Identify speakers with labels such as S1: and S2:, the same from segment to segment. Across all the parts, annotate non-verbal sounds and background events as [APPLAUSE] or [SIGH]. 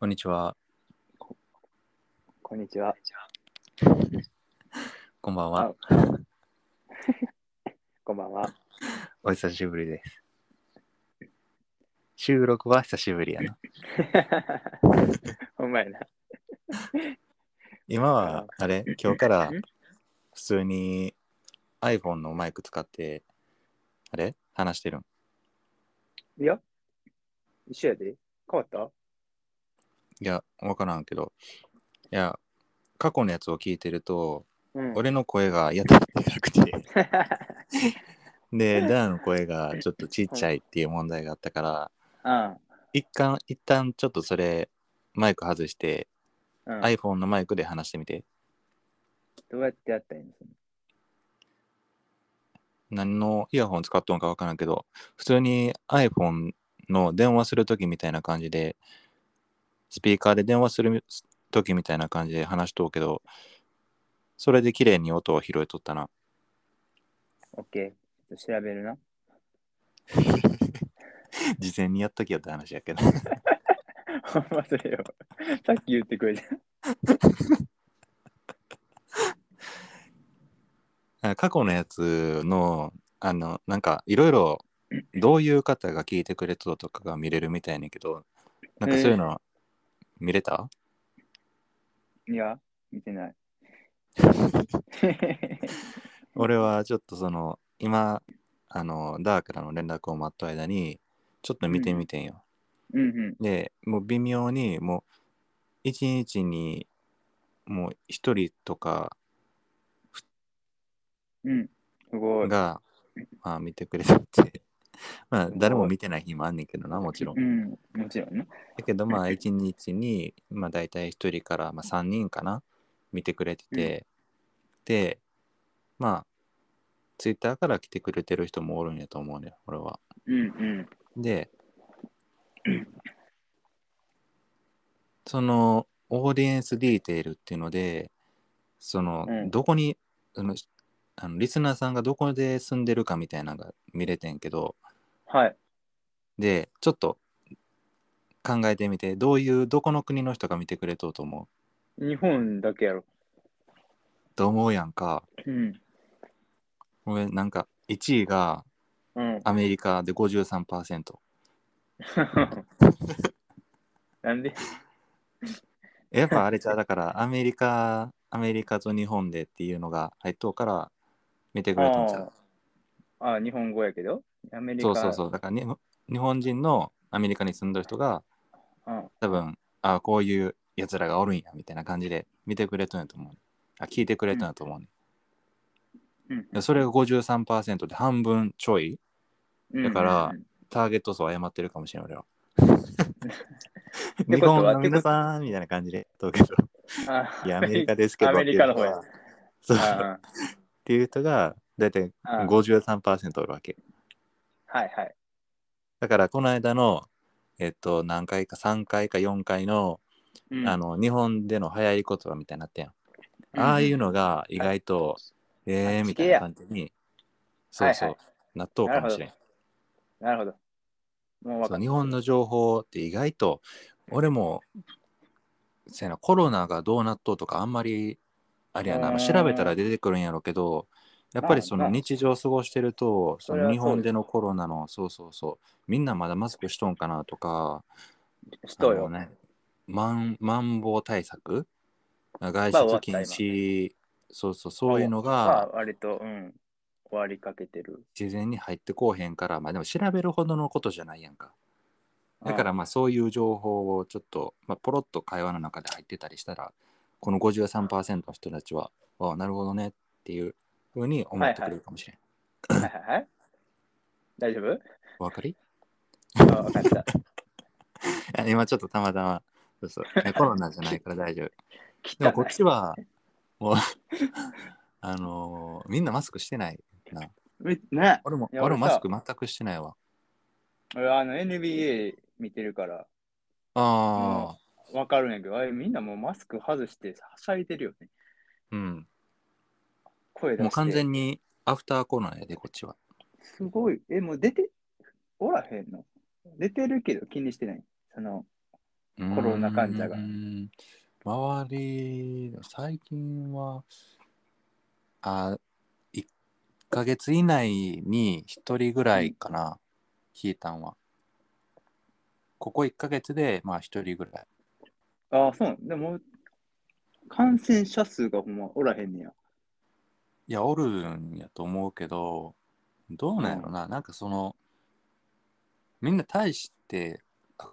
S1: こんにちは、
S2: こんにちは。
S1: こんばんは
S2: あ。こんばんは。
S1: お久しぶりです。収録は久しぶりや
S2: [LAUGHS]
S1: な。
S2: ほんまやな。
S1: 今は、あれ、今日から普通に iPhone のマイク使って、あれ話してるん。
S2: いや、一緒やで。変わった
S1: いや、わからんけど。いや、過去のやつを聞いてると、
S2: うん。 [LAUGHS]
S1: 俺の声がやたらでかくて、で、ダーの声がちょっとちっちゃいっていう問題があったから、
S2: うん。
S1: 一旦、一旦ちょっとそれ、マイク外して、
S2: うん、
S1: iPhone のマイクで話してみて。
S2: どうやってやったらいいの
S1: 何のイヤホン使っとんか分からんけど、普通に iPhone の電話するときみたいな感じで、スピーカーで電話するときみたいな感じで話しとうけど、それで綺麗に音を拾いとったな。 [LAUGHS]
S2: オッケー。調べるな。 [LAUGHS]
S1: 事前にやっときやった話やけど。 [LAUGHS]
S2: ほんまそれよ。さっき言ってくれた。
S1: あ過去のやつの、あの、なんかいろいろどういう方が聞いてくれとったとかが見れるみたいねんけど、なんかそういうの見れた、
S2: いや、見てない。 [LAUGHS]
S1: 俺はちょっとその今あのダーからの連絡を待った間にちょっと見てみてんよ、
S2: うんうん。
S1: でもう微妙にもう一日にもう一人とか
S2: うん。すごい。
S1: が、まあ、見てくれたって [LAUGHS] まあ誰も見てない日もあんねんけどなもちろん
S2: う
S1: だ
S2: ん。もちろんね。
S1: けどまあ一日にまあ大体一人から、まあ、3人かな見てくれてて、でまあツイッターから来てくれてる人もおるんやと思うね俺は
S2: うんうん。
S1: で、そのオーディエンスディテールっていうので、その、
S2: うん
S1: どこに、そのあのリスナーさんがどこで住んでるかみたいなのが見れてんけど、
S2: はい。
S1: で、ちょっと考えてみて、どういう、どこの国の人が見てくれとうと思う
S2: 日本だけやろ。
S1: と思うやんか。
S2: うん。
S1: 俺、なんか、1位が [LAUGHS]
S2: うん。
S1: アメリカで53%。
S2: なんで
S1: やっぱあれじゃ、だからアメリカ、アメリカと日本でっていうのが入っとうから見てくれたんちゃう。
S2: あーあー、日本語やけど。アメリカ。
S1: そうそうそう。だからに日本人のアメリカに住んどる人が
S2: うん。
S1: 多分、あこういうやつらがおるんやみたいな感じで見てくれたんやと思う。あ聞いてくれたんやと思う、ね
S2: うん
S1: でそれが53%で半分ちょいだからターゲット層を誤ってるかもしれない
S2: [LAUGHS]
S1: 俺は。
S2: ことは
S1: 日本の皆さんみたいな感じで言っとうけど。いや、アメリカ
S2: で
S1: ですけど。
S2: アメリカの方や
S1: そう。っていう人が大体53%おるわけ。
S2: はいはい。
S1: だからこの間の、えっと、何回か3回か4回の,、
S2: うん
S1: あ、の日本での流行り言葉みたいになってん、ああいう
S2: の
S1: のが意外と、えー
S2: あ
S1: みたいな感じにそうそう、
S2: はい
S1: 納豆かもしれん
S2: なるほど。もう分
S1: そ
S2: か
S1: う
S2: っ
S1: 日本の情報って意外と俺もせやなコロナがどうなっとうとかあんまりあれやな、まあ、
S2: うん
S1: 調べたら出てくるんやろうけどやっぱりその
S2: まあまあ
S1: 日常過ごしてるとそ
S2: それは
S1: の
S2: そう
S1: 日本
S2: です
S1: でのコロナのそうそうそうみんなまだマスクしとんかなとか
S2: た。人
S1: あ
S2: よ。
S1: のね、まん、まん防対策外
S2: まあ終わ
S1: 出
S2: った
S1: 禁
S2: 今
S1: 止、そうそう、そういうの
S2: まあ
S1: が、
S2: 割と、うん。終わりかけてる。
S1: 事前に入ってこうへんから、まあでも調べるほどのことじゃないやんか。だから
S2: あ
S1: まあそういう情報をちょっと、まあ、ポロッと会話の中で入ってたりしたら、この53%の人たちは、ああ、なるほどねっていうふうに思ってくれるかもしれん。
S2: ーはいはいはい。
S1: [LAUGHS]
S2: 大丈夫
S1: お分かり
S2: あ分かった。
S1: あ今ちょっとたまたま、そうそういやコロナじゃないから
S2: [LAUGHS]
S1: 大丈夫。
S2: き
S1: でもこっちは、もう、 [LAUGHS] あのーみんなマスクしてないな。
S2: ね。
S1: 俺も、
S2: いや
S1: 俺も
S2: 俺
S1: マス
S2: さ
S1: ク全くしてないわ。
S2: 俺あの NBA 見てるから
S1: ああ、
S2: 分かるんやけど、あれみんなもうマスク外してはしゃいでるよね。
S1: うん。
S2: 声出して。
S1: もう完全にアフターコロナやで、こっちは。
S2: すごい。え、もう出て、おらへんの出てるけど気にしてない。その、コロナ患者が
S1: うーん周り、最近は、あ、1ヶ月以内に1人ぐらいかな、ひいたんは。ここ1ヶ月で、まあ1人ぐらい。
S2: ああ、そうなんでも、感染者数がほんまおらへんねや。
S1: いや、おるんやと思うけど、どうなんやろな、なんかその、みんな大して、あっ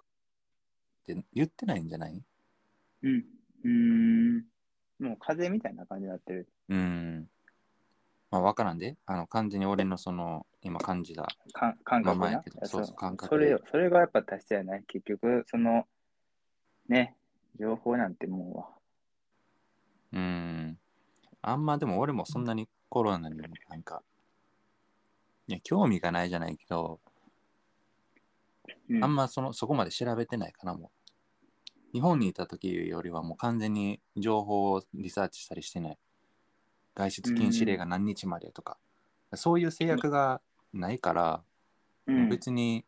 S1: て言ってないんじゃない
S2: うん。うーん。もう風邪みたいな感じになってる。
S1: うん。まあ、わからんで、あの、漢字に俺のその、今、漢字だ。
S2: かん感覚
S1: まあまあ
S2: な。
S1: やけどそうそう感覚
S2: それよ。それがやっぱ達成やない。結局、その、ね、情報なんても
S1: うん。あんま、でも俺もそんなにコロナになんか、いや、興味がないじゃないけど、
S2: うわ、うん、
S1: あんまその、そこまで調べてないかな、もう。日本にいた時よりはもう完全に情報をリサーチしたりしてない。外出禁止令が何日までとか、そういう制約がないから、
S2: うん、
S1: 別に、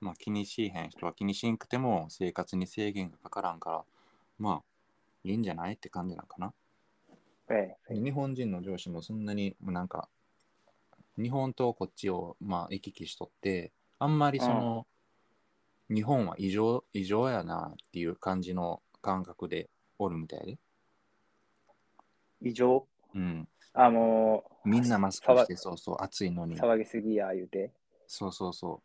S1: まあ、気にしいへん人は気にしんくても生活に制限がかからんからまあいいんじゃないって感じなんかな
S2: ええ
S1: 日本人の上司もそんなになんか日本とこっちをまあ行き来しとってあんまりその、日本は異常異常やなっていう感じの感覚でおるみたいで、
S2: 異常
S1: うん、
S2: あ、も
S1: みんなマスクしてそうそう暑いの
S2: う、
S1: に
S2: 騒ぎすぎや、言うて。
S1: そうそうそ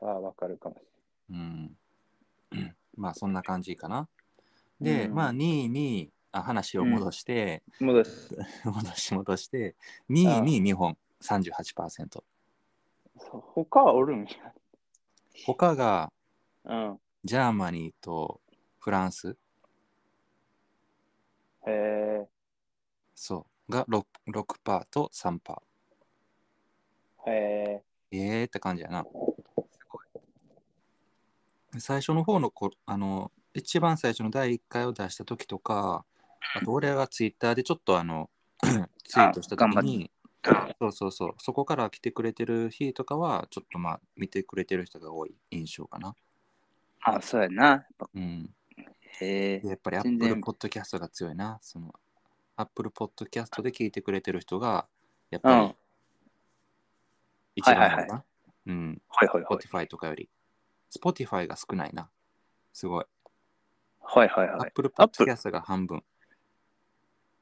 S1: う
S2: ああ、わかるかもし
S1: うん、 [CLEARS THROAT] まあそんな感じかな。で、
S2: うん
S1: まあ2位にあ話を戻して、 [LAUGHS]
S2: れない。戻す。
S1: 戻し戻して2位に日本38%
S2: そう他はおるんや。
S1: 他が
S2: うん。
S1: ジャーマニーとフランス
S2: へえ
S1: そうが 6%, 6と3%
S2: へえ
S1: ええー、って感じやな最初の方のこあの一番最初の第1回を出した時とかあと俺がツイッターでちょっとあのツイートした時
S2: あ頑張
S1: にそうそうそうそこから来てくれてる日とかはちょっとまあ見てくれてる人が多い印象かな
S2: あ、そうやな。
S1: うん
S2: へえ
S1: でやっぱり
S2: 全
S1: Apple
S2: 然
S1: Podcast が強いなその Apple Podcast で聞いてくれてる人がやっぱ
S2: う
S1: り
S2: ん
S1: 一番な
S2: は
S1: い
S2: はいはい
S1: のかなうん
S2: はいはいは
S1: Spotify
S2: い。
S1: とかより。Spotify が少ないな。すごい。
S2: はいはいはい。
S1: Apple
S2: Apple
S1: Podcast が半分。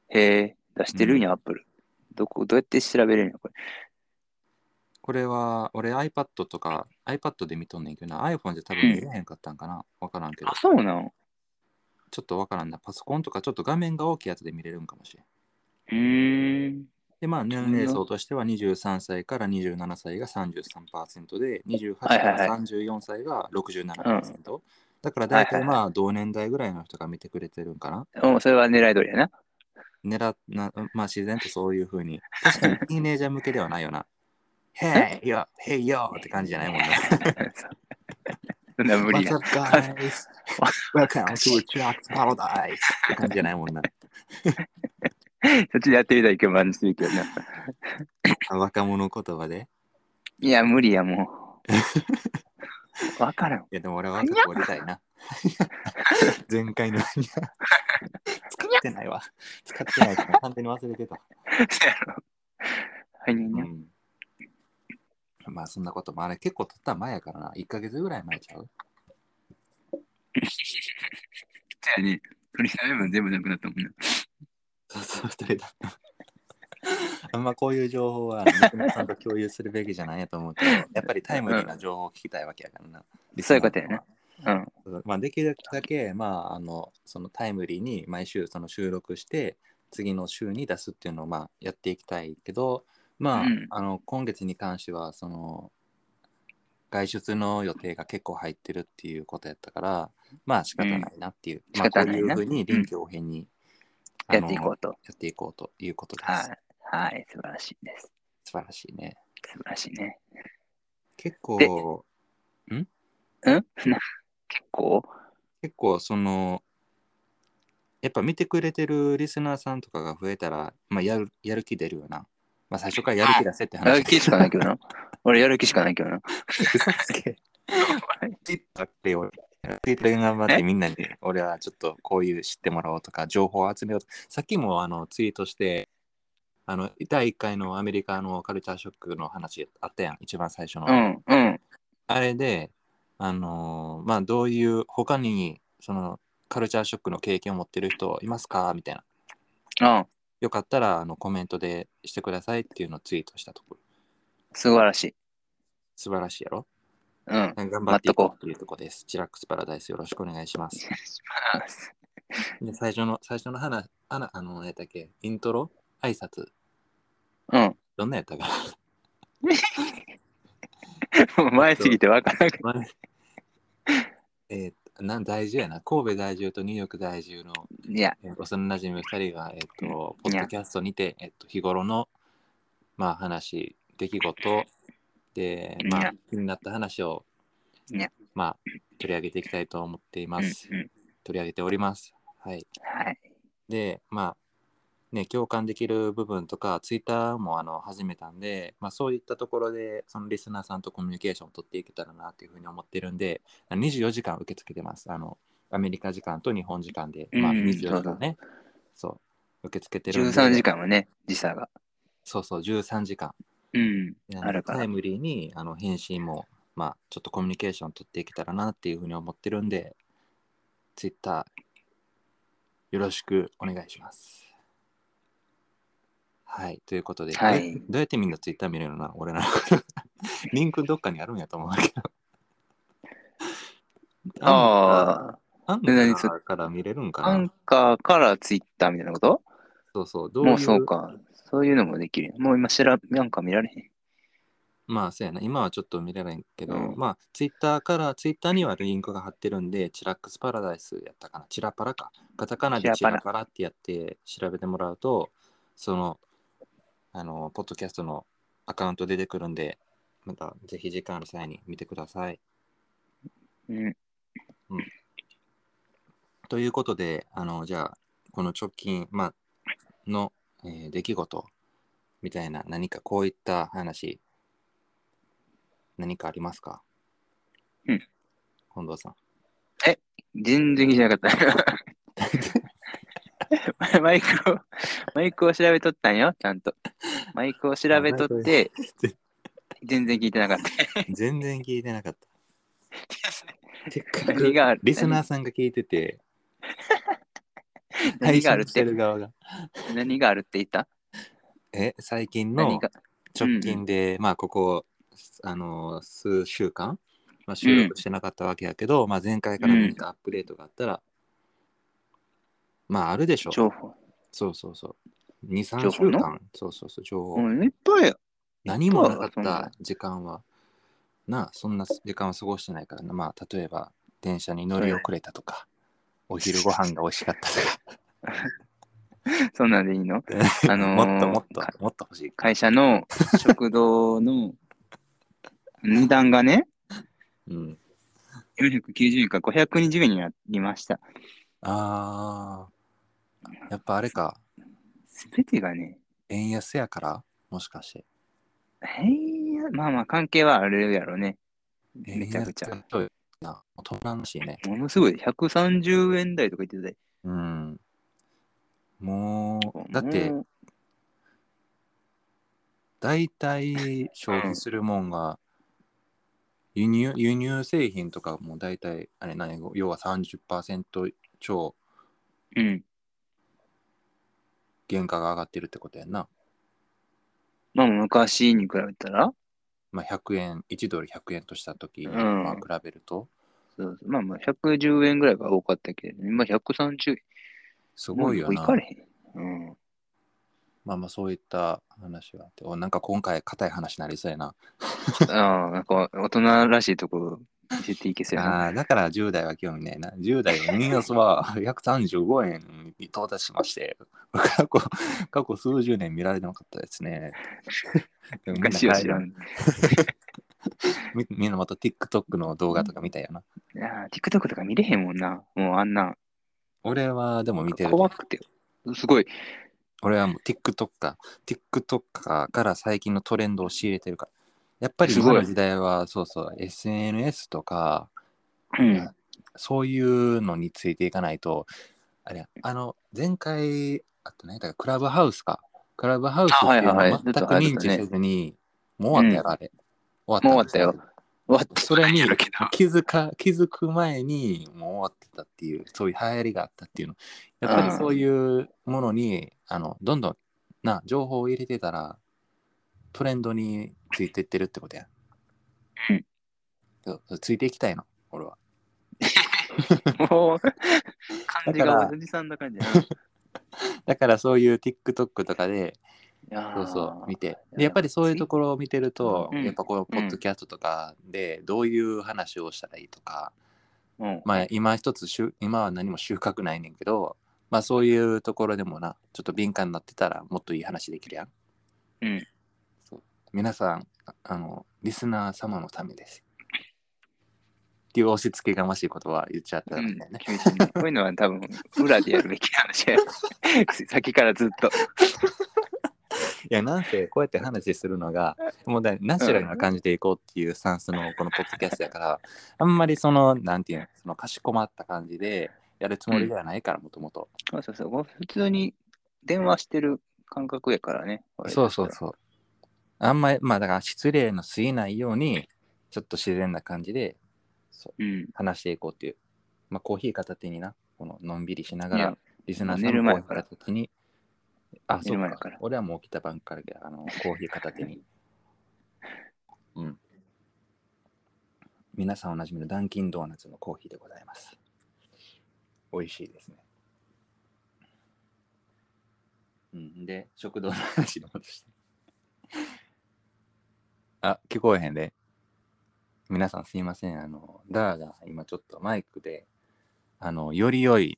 S2: へえ、出してるんや、アップル。どこ、どうやって調べれるのこれ。
S1: これは、俺 iPad とか iPad で見とんねんけどな。iPhone じゃ多分見れへんかったんかな。わからんけど
S2: あ、。そうなん
S1: ちょっとわからんな。パソコンとかちょっと画面が大きいやつで見れるんかもしれん。
S2: うーん。
S1: で、まあ年齢層としては23歳から27歳が33%で、28か
S2: はいはいはい
S1: ら34歳が67%。だから大体まあ同年代ぐらいの人が見てくれてるんかな。
S2: うん、それは狙い通りやな。
S1: 狙っなまあ自然とそういうふう
S2: [LAUGHS]
S1: に。確かにティーネイジャー向けではないよな。へいよ、へいよって感じじゃないもんな。
S2: そんな [LAUGHS] 無理
S1: What's
S2: や。
S1: up,
S2: [LAUGHS]
S1: guys? Welcome to Jack's Paradise! って感じじゃないもんな。
S2: そっちでやってみたいけど、マジするけどな。 [LAUGHS]
S1: 若者言葉で。
S2: いや、無理や、も [LAUGHS] う。わからん。
S1: いや、でも俺は若くおりたい
S2: [LAUGHS]
S1: な。前回の。使ってないわ。使ってないから完全に忘れてた。
S2: そやろはい、にゃんに
S1: う
S2: ゃん
S1: ん、まあそんなこともあれ結構取った前やからな。1ヶ月ぐらい前ちゃう
S2: そやね。取り調べも全部なくなったもんな。
S1: そうそう、二人だ。あんまこういう情報は、リスナーさんと共有するべきじゃないやと思うけど、やっぱりタイムリーな情報を聞きたいわけやからな。リスナーさんは
S2: そういうことやうん。
S1: まあ、できるだけ、まあ、あの、そのタイムリーに毎週その収録して、次の週に出すっていうのを、まあ、やっていきたいけど、まあ、
S2: うん
S1: あの、今月に関しては、その、外出の予定が結構入ってるっていうことやったから、まあ仕方ないなっていう、
S2: うん
S1: まあ
S2: 仕
S1: こ
S2: 方
S1: う
S2: ない
S1: い
S2: な
S1: うふうに臨機応変に、あ
S2: や
S1: の
S2: っていこうと。
S1: やっていこうということです。
S2: はい。はい、素晴らしいです。
S1: 素晴らしいね。
S2: 素晴らしいね。
S1: 結構、
S2: うん [LAUGHS] な結構
S1: 結構その、やっぱ見てくれてるリスナーさんとかが増えたら、まあ、やるやる気出るよな。まあ最初からやる気出せって
S2: や
S1: 話
S2: る気しかないけどな。 [LAUGHS] 俺やる気しかないけどな。
S1: 嘘つけ。ツイッターって俺、ツイッター頑張ってみんなに、俺はちょっとこういう知ってもらおうとか、情報を集めようとさっきもあのツイートして、あの、第1回のアメリカのカルチャーショックの話あったやん、一番最初の。
S2: うん、うん。
S1: あれで、あのーまあ、どういう、他に、その、カルチャーショックの経験を持ってる人いますかみたいな。
S2: うん。
S1: よかったら、あの、コメントでしてくださいっていうのをツイートしたところ。
S2: 素晴らしい。
S1: 素晴らしいやろ
S2: うん。
S1: 頑張っていこうっていうとこです。チラックスパラダイスよろしくお願いします。で最初の、最初の話、あの、あの、何やったっけイントロ挨拶。
S2: うん。
S1: どんなやったか。
S2: もう [LAUGHS] 前すぎてわからなく
S1: まあえーなん大住やな。神戸在住とニューヨーク在住の、
S2: いや、
S1: えー幼馴染み2人が、えっ
S2: うん
S1: とポッドキャストにて、えっと日頃の、まあ、話、出来事で、ま
S2: い
S1: あ
S2: や、
S1: 気になった話を
S2: いや、
S1: まあ、取り上げていきたいと思ってい
S2: うん、
S1: ま
S2: うん
S1: す。取り上げております。はい。
S2: はい。
S1: で、まあ、ね、共感できる部分とか、ツイッターもあの始めたんで、まあ、そういったところで、そのリスナーさんとコミュニケーションを取っていけたらなというふうに思ってるんで、24時間受け付けてます。あの、アメリカ時間と日本時間で、まあ、
S2: うんうん
S1: 24時間ね、そう、受け付けてるんで。
S2: 13時間はね、時差が。
S1: そうそう、13時間。
S2: うん。
S1: な
S2: あ
S1: ので
S2: るから
S1: タイムリーにあの返信も、まあ、ちょっとコミュニケーション取っていけたらなっていうふうに思ってるんで、ツイッター、よろしくお願いします。はい、ということで、
S2: はい
S1: どうどうやってみんなツイッター見れるのかな俺らの [LAUGHS] ことリンクどっかにあるんやと思うけど。
S2: あ
S1: あ。アンカ
S2: 何そ
S1: ーから見れるん
S2: あ、
S1: か
S2: ア
S1: な
S2: ンカーからツイッターみたいなこと
S1: そうそう、どうい
S2: も
S1: う
S2: うそうか。そういうのもできる。もう今、知ら、アンカー見られへん。
S1: まあそうやな今はちょっと見れないけど、
S2: うん
S1: まあツイッターからツイッターにはリンクが貼ってるんでチラックスパラダイスやったかなチラパラかカタカナでチ
S2: チラパ
S1: ラ
S2: ラ
S1: パラってやって調べてもらうとそのあのポッドキャストのアカウント出てくるんでまたぜひ時間ある際に見てください
S2: うん。
S1: ということであのじゃあこの直近、まあの、えー出来事みたいな何かこういった話何かありますか
S2: うん
S1: 近藤さん
S2: 全然気にしなかった。 [LAUGHS] マイクを、マイクを調べとったんよ、ちゃんと。マイクを調べとって、全然聞いてなかった。
S1: 全然聞いてなかった。
S2: [LAUGHS]
S1: せっかく
S2: 何がある
S1: リスナーさんが聞いてて、
S2: 何があ
S1: 配信
S2: るっ
S1: して
S2: て
S1: る側が。
S2: 何があるって言った
S1: え、最近
S2: 何
S1: の
S2: が
S1: 直近で、まあ、ここ、あのー数週間、まあ、収録してなかったわけやけど、まあ、前回から何かアップデートがあったら、まあ、あるでしょう。
S2: 情報。
S1: そうそうそう。2、3
S2: 情報
S1: 週
S2: の
S1: 間、そうそうそう、情報。
S2: うん、いっぱいや。
S1: 何もなかっ
S2: そうだそん
S1: た
S2: な
S1: 時間は、なあ、そんな時間を過ごしてないからな、まあ、例えば、電車に乗り遅れたとか、お昼ご飯が美味しかった
S2: そんなんでいいの
S1: とか、
S2: あの
S1: [LAUGHS]
S2: ー
S1: もっともっと、もっと欲しい。
S2: 会社の食堂の値段がね、
S1: うん、
S2: 490円から520円になりました。
S1: あー、やっぱあれか、
S2: すべてがね、
S1: 円安やから、もしかして。
S2: へいや、まあまあ関係はあるやろね。めちゃくち
S1: 円
S2: ゃ。
S1: 安というな、大人らしいね。
S2: ものすごい、130円台とか言ってた
S1: うん。も
S2: よ
S1: う、だって
S2: も、う
S1: 大体消費するもんが、輸入輸入製品とかも大体あれ何要は30%超
S2: うん。
S1: 原価が上がってるってことやんな、
S2: まあ昔に比べたら、
S1: まあ、100円1ドル100円とした時に、
S2: うん
S1: まあ、比べると
S2: そうそうまあまあ110円ぐらいが多かったけれど、今130円。
S1: すごいよ
S2: も
S1: な
S2: う行かれへん。うん。
S1: まあまあそういった話はあっておなんか今回硬い話になりそうやな
S2: ああ、なんか大人らしいとこ見せていけそうやな。
S1: あーだから10代は興味ないな10代は円安は [LAUGHS] 135円に到達しまして過去過去数十年見られなかったです
S2: [LAUGHS]
S1: ねでもみんな
S2: 昔は知らん。
S1: みみんなまた TikTok の動画とか見たよな。
S2: ああ、TikTok とか見れへんもんな。もうあんな。
S1: 俺はでも見てる。
S2: 怖くて。すごい。
S1: 俺はもう TikTok か TikTok から最近のトレンドを仕入れてるからやっぱり
S2: すごい
S1: 今の時代はそうそう SNS とか、
S2: うん。
S1: そういうのについていかないとあれあの前回あとねだからクラブハウスかクラブハウスっていうの
S2: あはいはいは
S1: を
S2: い
S1: 全く
S2: ちょっと流行
S1: 認
S2: った
S1: 知
S2: ね
S1: せずに、もう終わったやろあれ、終
S2: もう終わった
S1: よ
S2: 終わった
S1: それに
S2: やるけど。
S1: 気づか気づく前にもう終わってたっていうそういう流行りがあったっていうのやっぱりそういうものに、あのどんどんな情報を入れてたらトレンドについてってるってことや
S2: うん
S1: そうそうついていきたいの俺は
S2: もう、感じ
S1: だか
S2: が
S1: ら
S2: おじさんな感じだ
S1: だからそういう TikTok とかで
S2: な。
S1: そうそう見て
S2: ー
S1: でやっぱりそういうところを見てると、
S2: うん
S1: やっぱこのポッドキャストとかでどういう話をしたらいいとか、
S2: う。うん。
S1: まあ今一つ収今は何も収穫ないねんけどまあそういうところでもなちょっと敏感になってたらもっといい話できるやん
S2: うん
S1: そう皆さんああのリスナー様のためですっていう押し付けがましいことは言っちゃった
S2: うん
S1: だ
S2: ん
S1: よね、
S2: 厳しいねこういうのは多分、裏でやるべき話や。 [LAUGHS] 先からずっと。
S1: いやなんせこうやって話するのがもうだナチュラルな感じでいこうっていうスタンスのこのポッドキャストやからあんまりそのなんていうのそのかしこまった感じでやるつもりではないからもともと
S2: そうそうそう。普通に電話してる感覚やからね。
S1: そうそうそう。あんまり、まあだから失礼の過ぎないように、ちょっと自然な感じで
S2: う。うん。
S1: 話していこうっていう。まあコーヒー片手にな、こののんびりしなが
S2: いや
S1: ら、リスナー
S2: も
S1: さ
S2: う寝る
S1: んのコ
S2: 前
S1: ーヒー
S2: から
S1: 片手に、あ、
S2: 寝
S1: そ
S2: る
S1: う
S2: 前
S1: か
S2: から
S1: 俺はもう起きた晩からあのコーヒー片手に。
S2: [LAUGHS]
S1: うん。皆さんおなじみのダンキンドーナツのコーヒーでございます。美味しいですね。うん、で、食堂の話のことして。あ、聞こえへんで。皆さんすいません。あの、ダーが今ちょっとマイクで、あの、より良い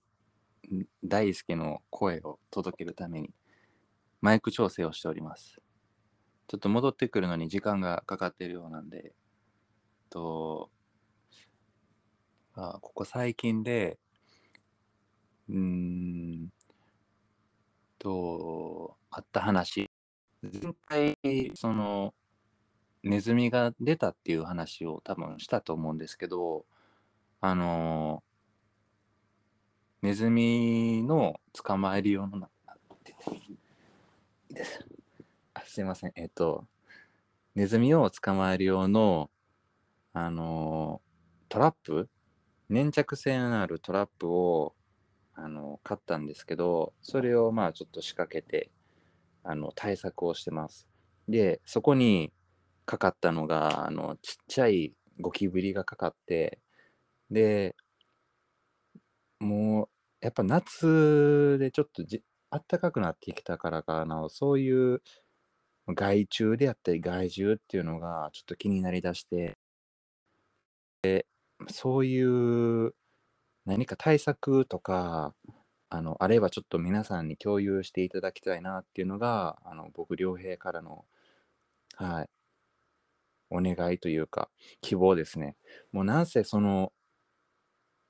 S1: ん大輔の声を届けるために、マイク調整をしております。ちょっと戻ってくるのに時間がかかっているようなんで、えっと、あここ最近で、うーんと、あった話、前回、その、ネズミが出たっていう話を多分したと思うんですけど、あのネズミの捕まえる用のな、なあすいません、えっと、ネズミを捕まえる用の、あのトラップ粘着性のあるトラップを、あの買ったんですけど、それをまあちょっと仕掛けて、あの、対策をしてます。で、そこにかかったのが、あの、ちっちゃいゴキブリがかかって、で、もう、やっぱ夏でちょっとじ暖かくなってきたからかな、そういう害虫であったり害獣っていうのがちょっと気になりだして、で、そういう何か対策とか、あの、あればちょっと皆さんに共有していただきたいなっていうのが、あの、僕、良平からの、はい、お願いというか、希望ですね。もうなんせその、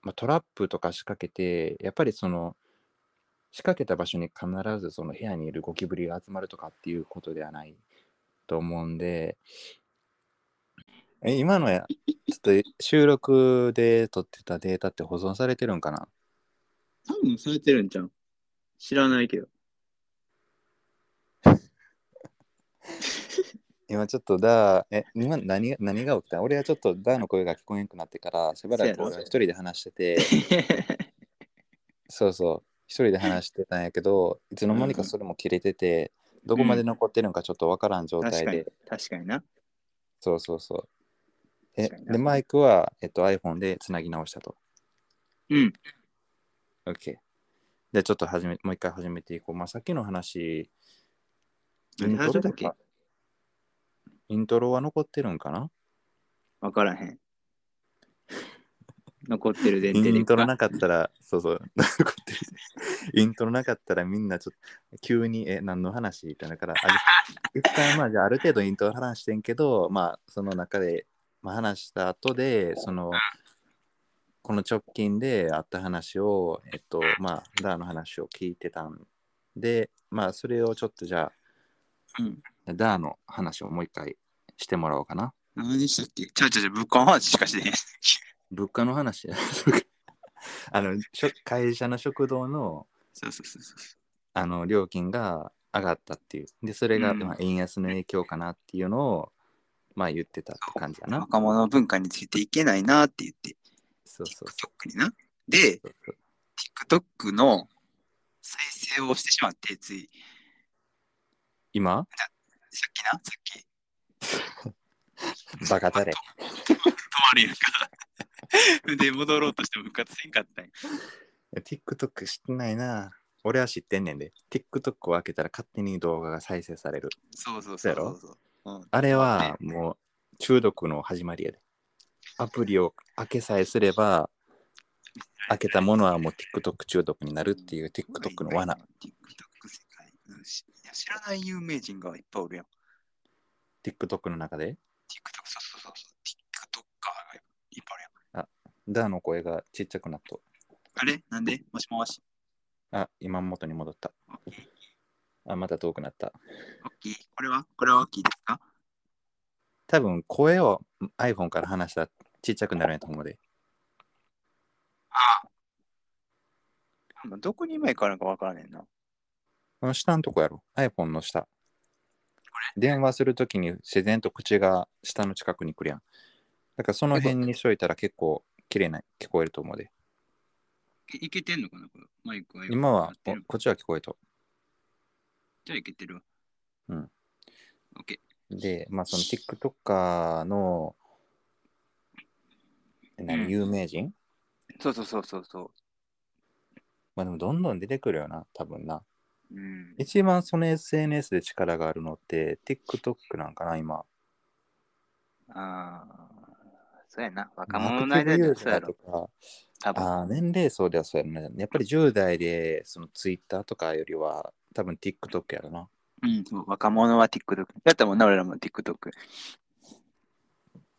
S1: まあ、トラップとか仕掛けてやっぱりその仕掛けた場所に必ずその部屋にいるゴキブリが集まるとかっていうことではないと思うんでえ今のやちょっと収録で取ってたデータって保存されてるんかな
S2: 多分されてるんじゃん。知らないけど。
S1: 今ちょっとだえ今何が何が起きた俺はちょっとだの声が聞こえなくなってからしばら
S2: せや
S1: く
S2: ろ
S1: 俺は一人で話しててそうそう一人で話してたんやけどいつの間にかそれも切れてて、どこまで残ってるのかちょっとわからん状態
S2: 確か
S1: で、
S2: に。 [LAUGHS] 確かにな。
S1: そうそうそう。え
S2: 確かにな
S1: で、マイクは、えっと、iPhone でつなぎ直したと。
S2: うん。
S1: OK。で、ちょっと始めもう一回始めていこう。まあ、さっきの話、イ
S2: 何
S1: ン
S2: で始
S1: トロ
S2: めた
S1: と
S2: っけ
S1: かイントロは残ってるんかな
S2: わから
S1: [LAUGHS]
S2: へん。残ってる前提で
S1: イ
S2: い
S1: ン
S2: く
S1: ト
S2: か。
S1: ロなかったら、そうそう、 [LAUGHS] 残ってる。イントロなかったらみんなちょっと、急に、え、何の話ってなるから、あ
S2: [LAUGHS]
S1: れ一回まあ、じゃあある程度イントロ話してんけど、まあ、その中で、まあ、話した後で、その、この直近であった話を、えっと、まあ、ダーの話を聞いてたんで、まあ、それをちょっとじゃ
S2: う
S1: あ、ダーの話をもう一回してもらおうかな。
S2: 何でしたっけちょいちょいちょい、物価の話しかしてへん。
S1: 物価の話 [LAUGHS] あのしょ会社の食堂の
S2: そうそうそうそ
S1: あの料金が上がったっていうでそれが、
S2: うん
S1: まあ、円安の影響かなっていうのをまあ言ってたって感じだ
S2: う。
S1: な
S2: 若者文化についていけないなって言って、
S1: そうそう
S2: TikTok にな。で、
S1: そうそう
S2: TikTok の再生をしてしまって、つい、
S1: 今
S2: さっきな、さっき。
S1: バカだれ
S2: 止まるやん [LAUGHS] か。で、戻ろうとしても復活せんかったんや
S1: TikTok 知ってないな俺は知ってんねんで TikTok を開けたら勝手に動画が再生される
S2: そうそう
S1: そう
S2: そう
S1: や
S2: そ
S1: ろ
S2: うそう。うん、
S1: あれはもう中毒の始まりやでアプリを開けさえすれば開けたものはもう TikTok 中毒になるっていう TikTok の罠。
S2: TikTok 世界うんしいや知らない有名人がいっぱいおるやん。TikTok、
S1: TikTok の中で
S2: そうそうそうそう。TikToker がいっぱいおるやん。
S1: ダーの声がちっちゃくなった。
S2: あれなんでもしもし。
S1: あ、今元に戻った。
S2: オッケー
S1: あ、また遠くなった。
S2: オッケーこれはこれは大きいですか
S1: 多分声を iPhone から話したらちっちゃくなるんやと思うで。
S2: まあどこに今行かなかわからねえな。
S1: この下のとこやろ。iPhone の下。電話するときに自然と口が下の近くに来るやん。だからその辺にしといたら結構綺麗な聞こえると思うで。
S2: いいけてんのかなこれマイクは
S1: 今は
S2: 鳴って
S1: お
S2: る
S1: こっちは聞こえと。
S2: じゃあいけてるわ。
S1: うん。
S2: オッケー
S1: で、まあその TikToker の
S2: う
S1: 何
S2: ん
S1: 有名人、
S2: そうそうそうそうそ
S1: まあでもどんどん出てくるよな、多分な。
S2: う。うん。
S1: 一番その SNS で力があるのって TikTok なんかな今。
S2: ああ、そうやな。若者の間ではそうや
S1: アクティブユーザーと
S2: ろ。
S1: か
S2: 多分。
S1: あー年齢層ではそうやろね。やっぱり10代でその Twitter とかよりは多分 TikTok やろな。
S2: うん、そう若者は TikTok。やったもんな、俺らも TikTok。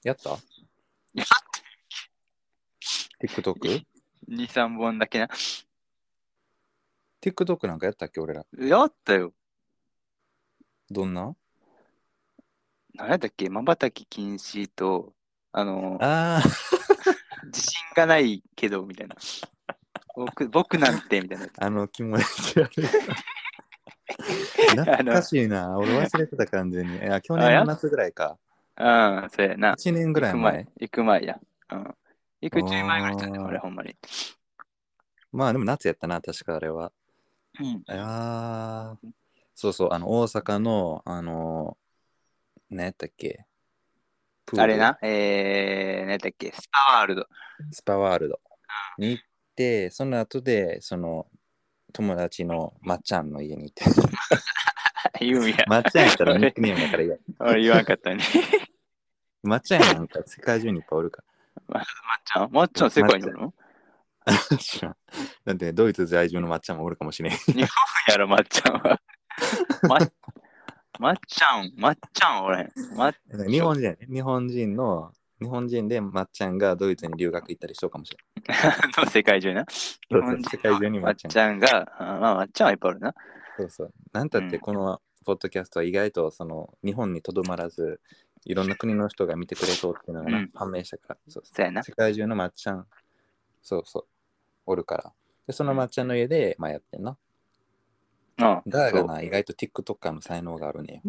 S1: やった
S2: や
S1: ?TikTok?TikTok
S2: 2、3本だけな。
S1: なんかやったっけ俺ら。
S2: やったよ。
S1: どんな
S2: 何やったっけまばたき禁止と、あの、
S1: あー
S2: 自信がないけど、みたいな。僕僕なんて、みたいなやつ。
S1: あの気持ち
S2: [LAUGHS]
S1: 悪い。懐かしいな。俺忘れてた完全に。いや去年の夏ぐらいか。
S2: うん、そうやな。
S1: 1年ぐらい
S2: 行く
S1: 前
S2: 前。。行く前や。うん。行く10前ぐらいだったんだよ、
S1: あー
S2: 俺、ほんまに。
S1: まあでも夏やったな、確かあれは。
S2: うん。
S1: あーそうそう、あの、大阪の、あのー、何やったっけプール
S2: あれな、えー、何やったっけスパワールド。 [LAUGHS]
S1: スパワールドに行って、その後で、その、友達のまっちゃんの家に行って。 [LAUGHS]
S2: 言うんや。
S1: まっちゃんやったらニックネームだからいいや。
S2: 俺言わん
S1: [LAUGHS]
S2: かったね。
S1: まっちゃんやなんか世界中にいっぱいおるか
S2: まっちゃんまっちゃん世界におるの
S1: ら。知らん。だってドイツ在住のまっちゃんもおるかもしれん。
S2: やろ、まっちゃん
S1: [LAUGHS]
S2: は。ままっちゃん、まっちゃんおらへん。まっ
S1: 日本人やね。日本人の、日本人でまっちゃんがドイツに留学行ったりしようかもしれん。
S2: の世界中な。
S1: そうそう世界中にま
S2: ま
S1: っ
S2: っ
S1: ちゃん
S2: ちゃんが、あまあ、まっちゃんはいっぱいおるな。
S1: そうそう。なんたっ
S2: う
S1: て
S2: ん
S1: このポッドキャストは意外とその日本にとどまらず、いろんな国の人が見てくれそうっていうのがな
S2: うん
S1: 判明したから。そうそ
S2: そうやな
S1: う。世界中のまっちゃん、そうそう、おるから。で、そのまっちゃんの家で、まあ、やってんな。
S2: うん。
S1: ガー
S2: そ
S1: が
S2: う
S1: な、意外と TikToker の才能があるね。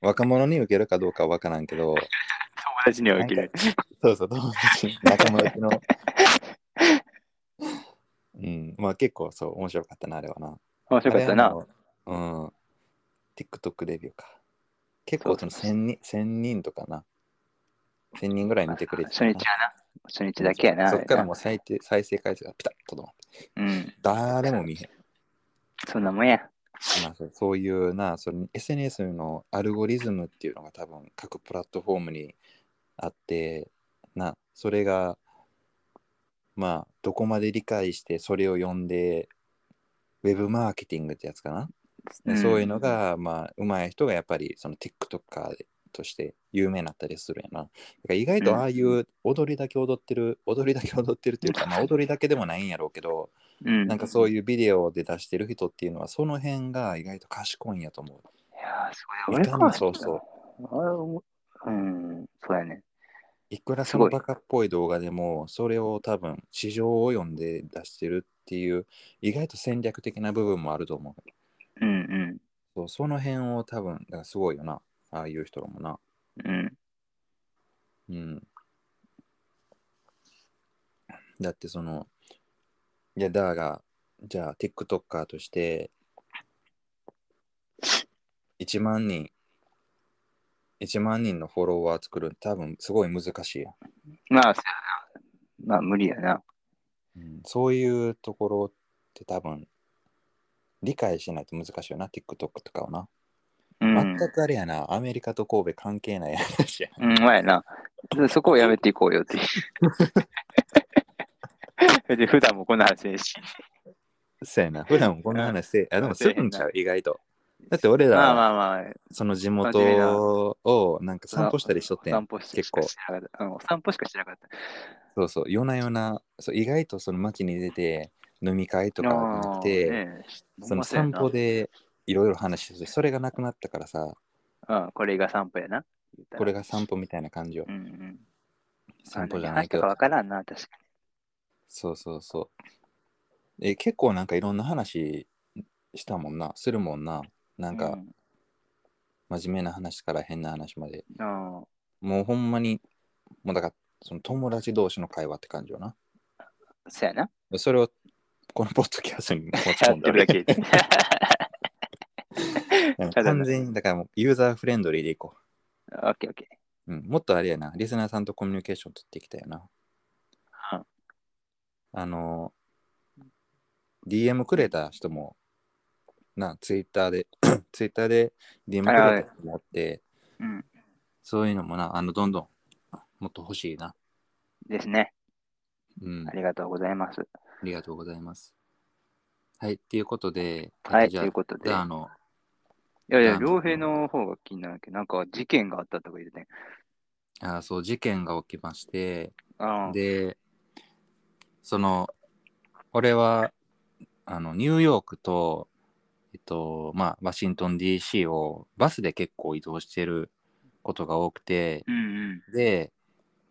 S1: 若者に受けるかどうかは分からんけど、
S2: 友達には受ける。
S1: そうそう、友
S2: [LAUGHS]
S1: 達、仲間内の。うん、まあ結構そう、面白かったな、あれはな。
S2: 面白かったな。
S1: あれあの。うん。TikTok レビューか。結構その1000人 ,1000 人とかな。1000人ぐらい見てくれて
S2: 初日やな。初日だけやな。
S1: そっからもう再生再生回数がピタッと止まって。
S2: うん。
S1: 誰も見へん。
S2: そんなもんや。
S1: まあ、そうそういうな、その SNS のアルゴリズムっていうのが多分各プラットフォームにあって、な、それが、まあ、どこまで理解してそれを読んで、ウェブマーケティングってやつかな。でそういうのが、まあ、上手い人がやっぱりその TikToker でとして有名になったりするやな。だから意外とああいう踊りだけ踊ってる、踊りだけ踊ってるっていうか、まあ踊りだけでもないんやろうけど、
S2: うん。
S1: なんかそういうビデオで出してる人っていうのは、その辺が意外と賢いんやと思う。
S2: いやー、すごい。
S1: い
S2: 俺
S1: か
S2: か
S1: に
S2: ら
S1: そうそう。
S2: あれ思ううん、そうやね。
S1: いくら
S2: す
S1: そ
S2: ごい
S1: のバカっぽい動画でも、それを多分、市場を読んで出してるっていう、意外と戦略的な部分もあると思う。
S2: うん
S1: そうその辺を多分、だからすごいよな。ああいう人らもな。
S2: うん。うん。
S1: うん。だってその、いや、だが、じゃあ、TikToker として、1万人、1万人のフォロワー作る、多分すごい難しいやん、
S2: まあ、そうやなまあ、無理やな。
S1: うん。そういうところって多分、理解しないと難しいよな、TikTok とかはな。
S2: うん。
S1: 全くあれやな、アメリカと神戸関係ない話や。
S2: うん、まあやな。でそこをやめていこうよ [LAUGHS] っていう。で普段もこんな話やし。
S1: [LAUGHS] そうやな、普段もこんな話せ、あ、でもするんちゃう、意外と。だって俺ら、
S2: まあまあまあ、
S1: その地元をなんか散歩したりしとってん
S2: 散歩し
S1: 結構
S2: しかしてなかった。うん散歩しかしてなかった。
S1: そうそう夜な夜なそう意外とその街に出て飲み会とかじゃなくて、
S2: あーねえ
S1: その散歩。でいろいろ話しててそれがなくなったからさ
S2: うん、これが散歩やな。言ったら
S1: これが散歩みたいな感じを
S2: うんうん。
S1: 散歩じゃないけ
S2: 何話したか
S1: ど
S2: わからんな、確か
S1: そうそうそうえ結構なんかいろんな話したもんなするもんなな
S2: に。
S1: んか
S2: う
S1: 真面目な話から変な話まで
S2: んうん
S1: もうほんまにもうだからその友達同士の会話って感じよな
S2: そうやな。
S1: それをこのポッドキャストに持ち
S2: や
S1: 込
S2: っ
S1: んだ
S2: てるだけ。
S1: [LAUGHS] うん
S2: ただの
S1: 完全にだからもうユーザーフレンドリーでいこ
S2: オッケーオッケ
S1: う、うん。もっとあれやな、リスナーさんとコミュニケーション取っていきたいよな。
S2: ー。うん
S1: あの、DM くれた人も、な、ツイッターで、 [COUGHS] ツイッターで DM くれた人もあって、
S2: うん。
S1: そういうのもな、あの、どんどんもっと欲しいな。
S2: ですね。
S1: うん、
S2: あ
S1: あ
S2: りがとうございます。
S1: りがとうございます。はい、っていうことで、
S2: は
S1: えっ
S2: い、
S1: じ
S2: と
S1: ゃあ
S2: いうことで。
S1: じゃあ、あの、
S2: いやい
S1: あ
S2: や、
S1: の
S2: 良平の方が気になるけど、なんか事件があったとか言ってね。
S1: あそう、事件が起きまして、
S2: あー
S1: で、その、俺は、あの、ニューヨークと、えっと、まあ、ワシントン DC をバスで結構移動してることが多くて、
S2: うんうん。
S1: で、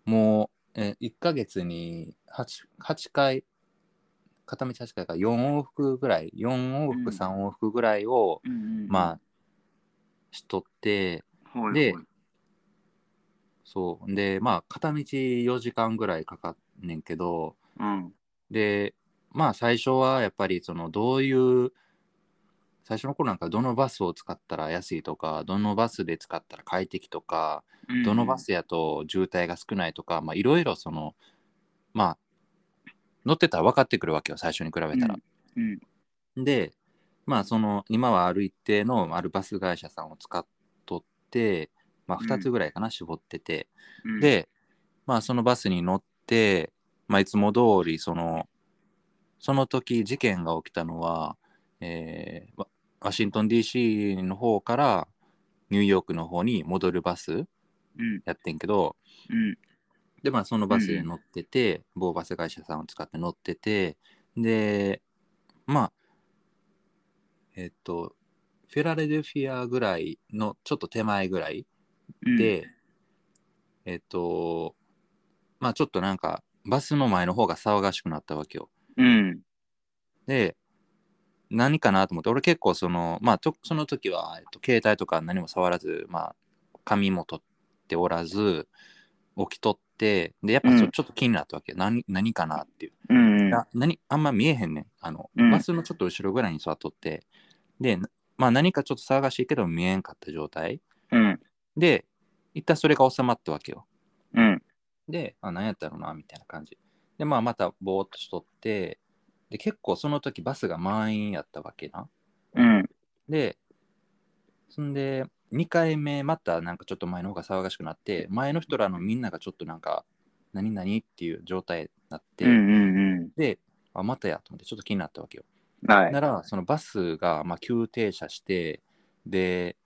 S1: もう、え1ヶ月に 8, 8回、片道8回か4往復ぐらい、4往
S2: うん
S1: 復、3往復ぐらいを、
S2: うんうん、
S1: まあ、しとって、
S2: ほいほい
S1: でそう。で、まあ、片道4時間ぐらいかかんねんけど、
S2: うん、
S1: でまあ最初はやっぱりそのどういう最初の頃なんかどのバスを使ったら安いとかどのバスで使ったら快適とかどのバスやと渋滞が少ないとかまあいろいろそのまあ乗ってたら分かってくるわけよ最初に比べたら。
S2: うんうん
S1: でまあその今はある一定のあるバス会社さんを使っとってまあ
S2: うん
S1: 2つぐらいかな絞ってて。
S2: うん、
S1: で、まあ、そのバスに乗って、まあ、いつも通りそのその時事件が起きたのは、えーワワシントン DC の方からニューヨークの方に戻るバス
S2: うん
S1: やってんけど
S2: うん
S1: で、まあ、そのバスで乗ってて、某バス会社さんを使って乗っててでまあえっとフィラデルフィアぐらいのちょっと手前ぐらい
S2: うん、
S1: で、えっと、まあちょっとなんか、バスの前の方が騒がしくなったわけよ。
S2: うん、
S1: で、何かなと思って、俺結構その、まあとその時は、えっと、携帯とか何も触らず、まあ、髪も取っておらず、起きとって、で、やっぱ
S2: う
S1: そ
S2: ん
S1: ちょっと気になったわけよ。何何かなっていう。
S2: うんうん、
S1: な何あんま見えへんねんあの、
S2: うん
S1: バスのちょっと後ろぐらいに座っとって、で、なまあ何かちょっと騒がしいけど見えんかった状態。
S2: うん、
S1: で、一旦それが収まったわけよ。
S2: うん、
S1: で、あ、何やったろうな、みたいな感じ。で、まあ、またぼーっとしとって、で、結構その時バスが満員やったわけな。
S2: うん、
S1: で、そんで、2回目、またなんかちょっと前の方が騒がしくなって、前の人らのみんながちょっとなんか、何々っていう状態になって、
S2: うん、うん、
S1: で、あ、またやと思って、ちょっと気になったわけよ。
S2: うん、はい。
S1: なら、そのバスが、まあ、急停車して、で、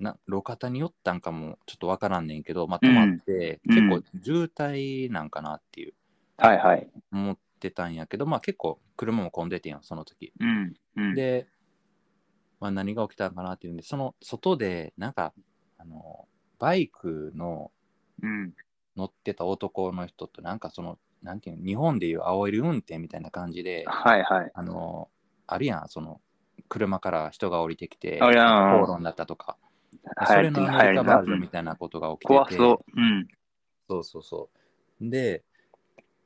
S1: な路肩に寄ったんかもちょっとわからんねんけど、まあ、止まって、
S2: うん
S1: 結構渋滞なんかなっていう
S2: はいはい。
S1: 思ってたんやけど、まあ結構車も混んでてんやその時。
S2: うん。うん、
S1: で、まあ、何が起きたんかなっていうんで、その外で、なんか、あの、バイクの
S2: うん。
S1: 乗ってた男の人と、なんかその、なんていうの、日本でいう青い運転みたいな感じで、
S2: はいはい。
S1: あの、あるやん、その、車から人が降りてきて、
S2: あるやん
S1: 口論だったとか、それのアメリカバージョンみたいなことが起きてて、
S2: 怖そう。うん。
S1: そうそうそう。で、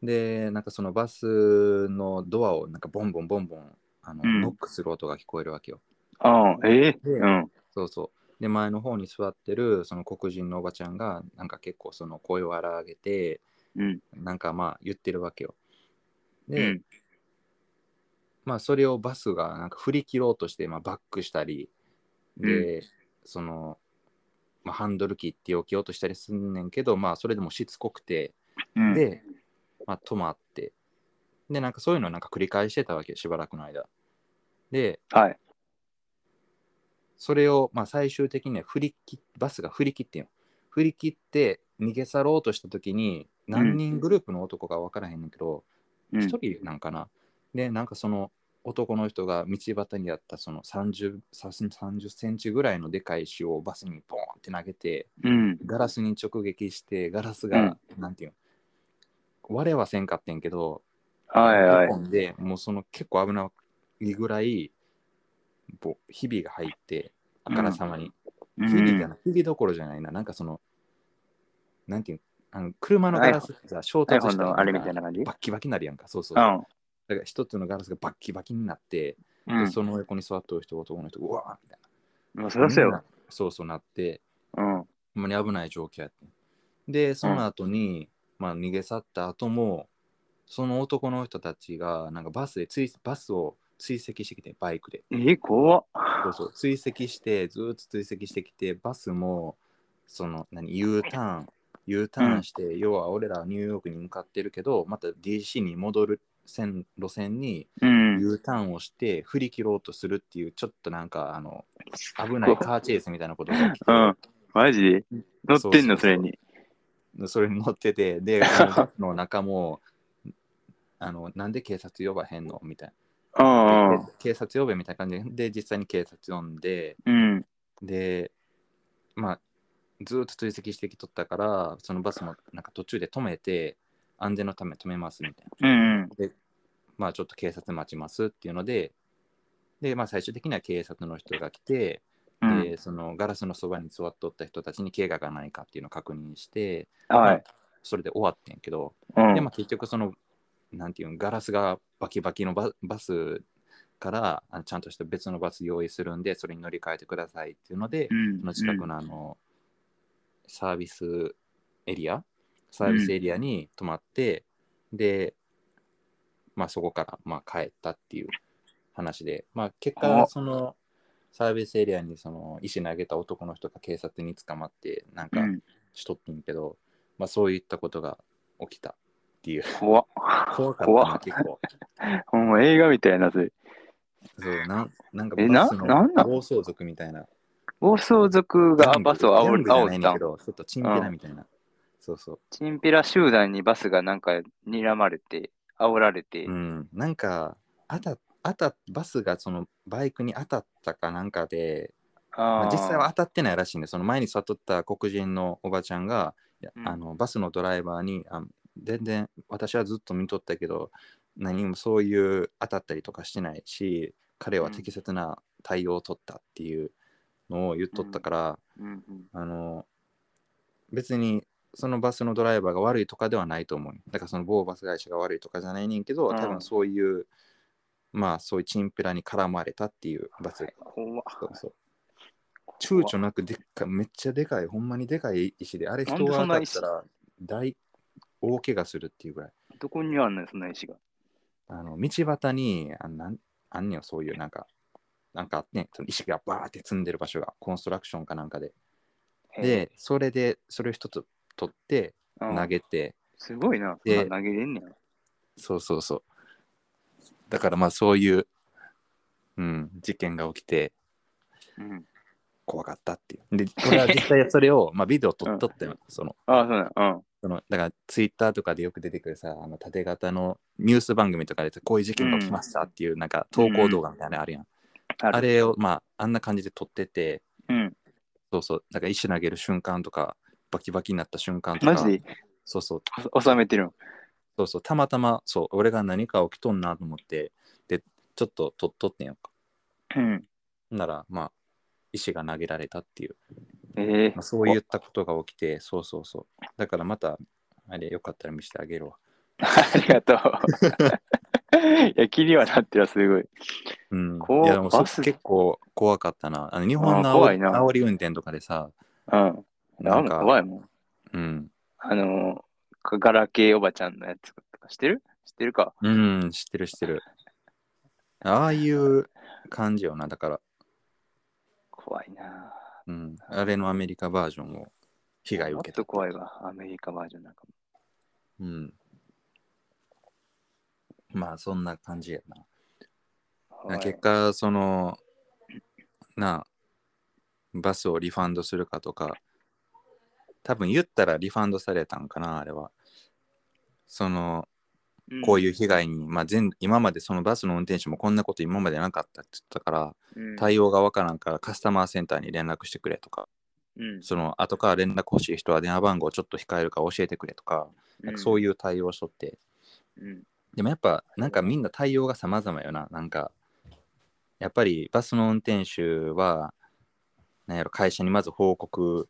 S1: で、なんかそのバスのドアをなんかボンボンボンボンあの、
S2: うん
S1: ノックする音が聞こえるわけよ。
S2: ああ、ええ
S1: で
S2: うん。
S1: そうそう。で、前の方に座ってるその黒人のおばちゃんがなんか結構その声を荒げて、
S2: うん。
S1: なんかまあ言ってるわけよ。
S2: う
S1: で、
S2: ん。
S1: まあそれをバスがなんか振り切ろうとして、まあ、バックしたり、で、その、まあ、ハンドル切って避けようとしたりすんねんけど、まあそれでもしつこくて、
S2: うん、
S1: で、まあ、止まって、で、なんかそういうのをなんか繰り返してたわけよ、しばらくの間。で、
S2: はい。
S1: それを、まあ、最終的には振り切バスが振り切ってんよ。振り切って逃げ去ろうとした時に、何人グループの男か分からへんねんけど、
S2: うん
S1: 一、人なんかな。で、なんかその男の人が道端にあったその30、30センチぐらいのでかい石をバスにボーンって投げて、
S2: うん。
S1: ガラスに直撃して、ガラスが、なんていうの、割れはせんかってんけど、
S2: はいはい
S1: 日。本でもうその結構危ないぐらいぼひびが入ってあからさまに、
S2: うん
S1: ひびじゃないひびどころじゃないななんかそのなんていうあの車のガラスってさ衝突
S2: iPhone
S1: したら
S2: のあれみたいな感じ
S1: バッキバキになるやんかそうそう
S2: う
S1: だ
S2: ん。
S1: から一つのガラスがバッキバキになって、
S2: う
S1: で
S2: ん。
S1: その横に座ってる人男の人うわーみたい
S2: まあ、そ
S1: な
S2: りゃそう
S1: みん
S2: よ。
S1: なそうそうなって
S2: うん。
S1: ほんまに危ない状況やってでその後に、まあ逃げ去った後もその男の人たちがなんかバスで追バスを追跡してきてバイクで
S2: ええ怖っ。
S1: そうそう追跡してずーっと追跡してきてバスもその何 U ターン U ターンして、要は俺らはニューヨークに向かってるけどまた DC に戻る線路線に
S2: うん。
S1: U ターンをして振り切ろうとするっていうちょっとなんかあの危ないカーチェイスみたいなことが起きて、
S2: うん。マジ乗ってん
S1: そうそうそう
S2: の、それに。
S1: それに乗って
S2: [LAUGHS]
S1: て、で、あのバスの中も、あの、なんで警察呼ばへんのみたい
S2: うんう
S1: な。
S2: ん
S1: で警察呼べみたいな感じで、で、実際に警察呼んで、
S2: うん。
S1: で、まあ、ずーっと追跡してきとったから、そのバスもなんか途中で止めて、安全のため止めますみたいな。
S2: うん。うん。
S1: まあ、ちょっと警察待ちますっていうので、で、まあ、最終的には警察の人が来て、
S2: うん
S1: で、そのガラスのそばに座っとった人たちに怪我がないかっていうのを確認して、ま
S2: は
S1: あ
S2: い。
S1: それで終わってんけど、
S2: うん
S1: で、まあ、結局その、なんていうん、ガラスがバキバキのババスからあのちゃんとした別のバス用意するんで、それに乗り換えてくださいっていうので、
S2: うん
S1: その近くのあの、サービスエリア、サービスエリアに泊まって、で、まあそこからまあ帰ったっていう話で、まあ結果、
S2: あ
S1: そのサービスエリアにその石投げた男の人が警察に捕まって、なん
S2: う
S1: か
S2: ん。
S1: しとってんけど、まあそういったことが起きたっていう。
S2: 怖っ。
S1: 怖か
S2: 怖っ
S1: ったな、結構。
S2: ほんま映画みたいな、それ。
S1: そうなんなんか
S2: えな
S1: バスの
S2: なんなん
S1: 暴走族みたいな。
S2: 暴走族がバスを煽
S1: ギャング
S2: る
S1: じゃな
S2: 煽
S1: い
S2: っ
S1: ねん
S2: た
S1: け。ど、ちょっとチンピラみたいな。そうそう。
S2: チンピラ集団にバスがなんか睨まれて、煽られて。
S1: うん、なんかあたあたバスがそのバイクに当たったかなんかで、まあ
S2: あー
S1: 実際は当たってないらしいんでその前に座っとった黒人のおばちゃんが、いや
S2: うん
S1: あのバスのドライバーにあ全然私はずっと見とったけど何もそういう当たったりとかしてないし彼は適切な対応を取ったっていうのを言っとったから、
S2: うんうん
S1: あの別にそのバスのドライバーが悪いとかではないと思うよだからその某バス会社が悪いとかじゃないねんけど、
S2: うん
S1: 多分そういうまあそういうチンピラに絡まれたっていうバス、
S2: 怖っ
S1: そうそう躊躇なくでっかいめっちゃでかいほんまにでかい石であれ人
S2: なんで
S1: が
S2: そ
S1: 当
S2: ん
S1: た
S2: な
S1: っ
S2: 石
S1: たら大大怪我するっていうぐらい
S2: どこにあんのよ、そんな石が。
S1: あの道端にあなんあんねんよそういうなんかなんかあってんその石がバーって積んでる場所がコンストラクションかなんかで
S2: へ
S1: でそれでそれを一つ取って
S2: ー、うん
S1: 投げて、
S2: すごいな、そん
S1: で
S2: なん投げれんねや。
S1: そうそうそう。だからまあそういう、うん、事件が起きて、
S2: うん。
S1: 怖かったっていう。で、俺は実際それを、まあ、ビデオ撮っとったよ。その、
S2: ああ、そうなの。
S1: その、だから、ツイッターとかでよく出てくるさ、あの、縦型のニュース番組とかで、こういう事件が起きましたっていう、なんか、投稿動画みたいなのあるやん。
S2: うん。
S1: あ
S2: れ
S1: れを、まあ、あんな感じで撮ってて、
S2: うん。
S1: そうそう、なんか、石投げる瞬間とか、バキバキになった瞬間とか、
S2: マジで
S1: そうそう、
S2: お収めてるの。
S1: そうそう、たまたま、そう、俺が何か起きとんなと思って、で、ちょっと撮っとってんよ。
S2: うん。
S1: なら、まあ、石が投げられたっていう、
S2: ええ
S1: まあ、そういったことが起きて、そうそうそう。だからまた、あれ、よかったら見せてあげるわ。
S2: ありがとう。い [LAUGHS] や、気にはなってるわ、すごい。
S1: うん
S2: こ、う
S1: いやでもそ
S2: バス
S1: 結構怖かったな。あの日本の
S2: あー怖いな
S1: 煽り煽り運転とかでさ、
S2: うん。な
S1: なんん
S2: か
S1: か、
S2: 怖いもん。
S1: うん、
S2: あのー、ガラケーおばちゃんのやつとか知ってる知ってるか。
S1: うん、知ってる知ってる。ああいう感じよな、だから、
S2: 怖いな
S1: うん、あれのアメリカバージョンを被
S2: ぁ。
S1: 害を
S2: もっ
S1: 受けた
S2: と。怖いわ、アメリカバージョンなんかも。
S1: うん、まあ、そんな感じやな。
S2: 怖い
S1: 結果そのなあバスをリファンドするかとか多分言ったらリファンドされたんかなあれはそのこういう被害に、まあ、全今までそのバスの運転手もこんなこと今までなかったって言ったから
S2: うん、うん
S1: 対応がわからんからカスタマーセンターに連絡してくれとか
S2: うん
S1: その後から連絡欲しい人は電話番号ちょっと控えるから教えてくれとかなんかそういう対応しとって
S2: うん
S1: でもやっぱなんかみんな対応が様々よな。なんかやっぱりバスの運転手はなんやろ会社にまず報告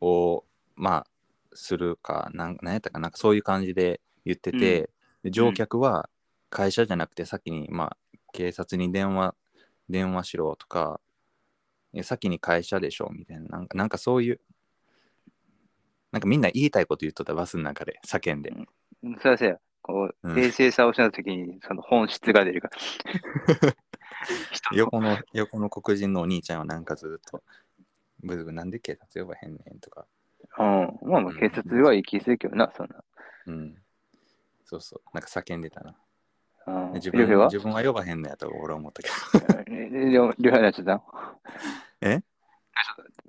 S1: をまあするかなんなんやったかなんかそういう感じで言ってて、で乗客は会社じゃなくて先にまあ警察に電話電話しろとかえ先に会社でしょみたいななんかなんかそういうなんかみんな言いたいこと言っとったバスの中で叫んで。
S2: うんそうそうよ。こ
S1: う
S2: う、
S1: ん
S2: 冷静さを失うときに、その本質が出るから。
S1: [LAUGHS]
S2: 人の
S1: 横の横の黒人のお兄ちゃんはなんかずっとブズブズなんで警察呼ばへんねんとか、
S2: うん。まあまあ、警察は行き過ぎるけどな、そんな。
S1: うん、そうそうなんか叫んでたな
S2: うん。
S1: 自
S2: 両
S1: 分
S2: 平は
S1: 自分は呼ばへんのやと俺は思ったけど
S2: え両両平のやつだ。
S1: え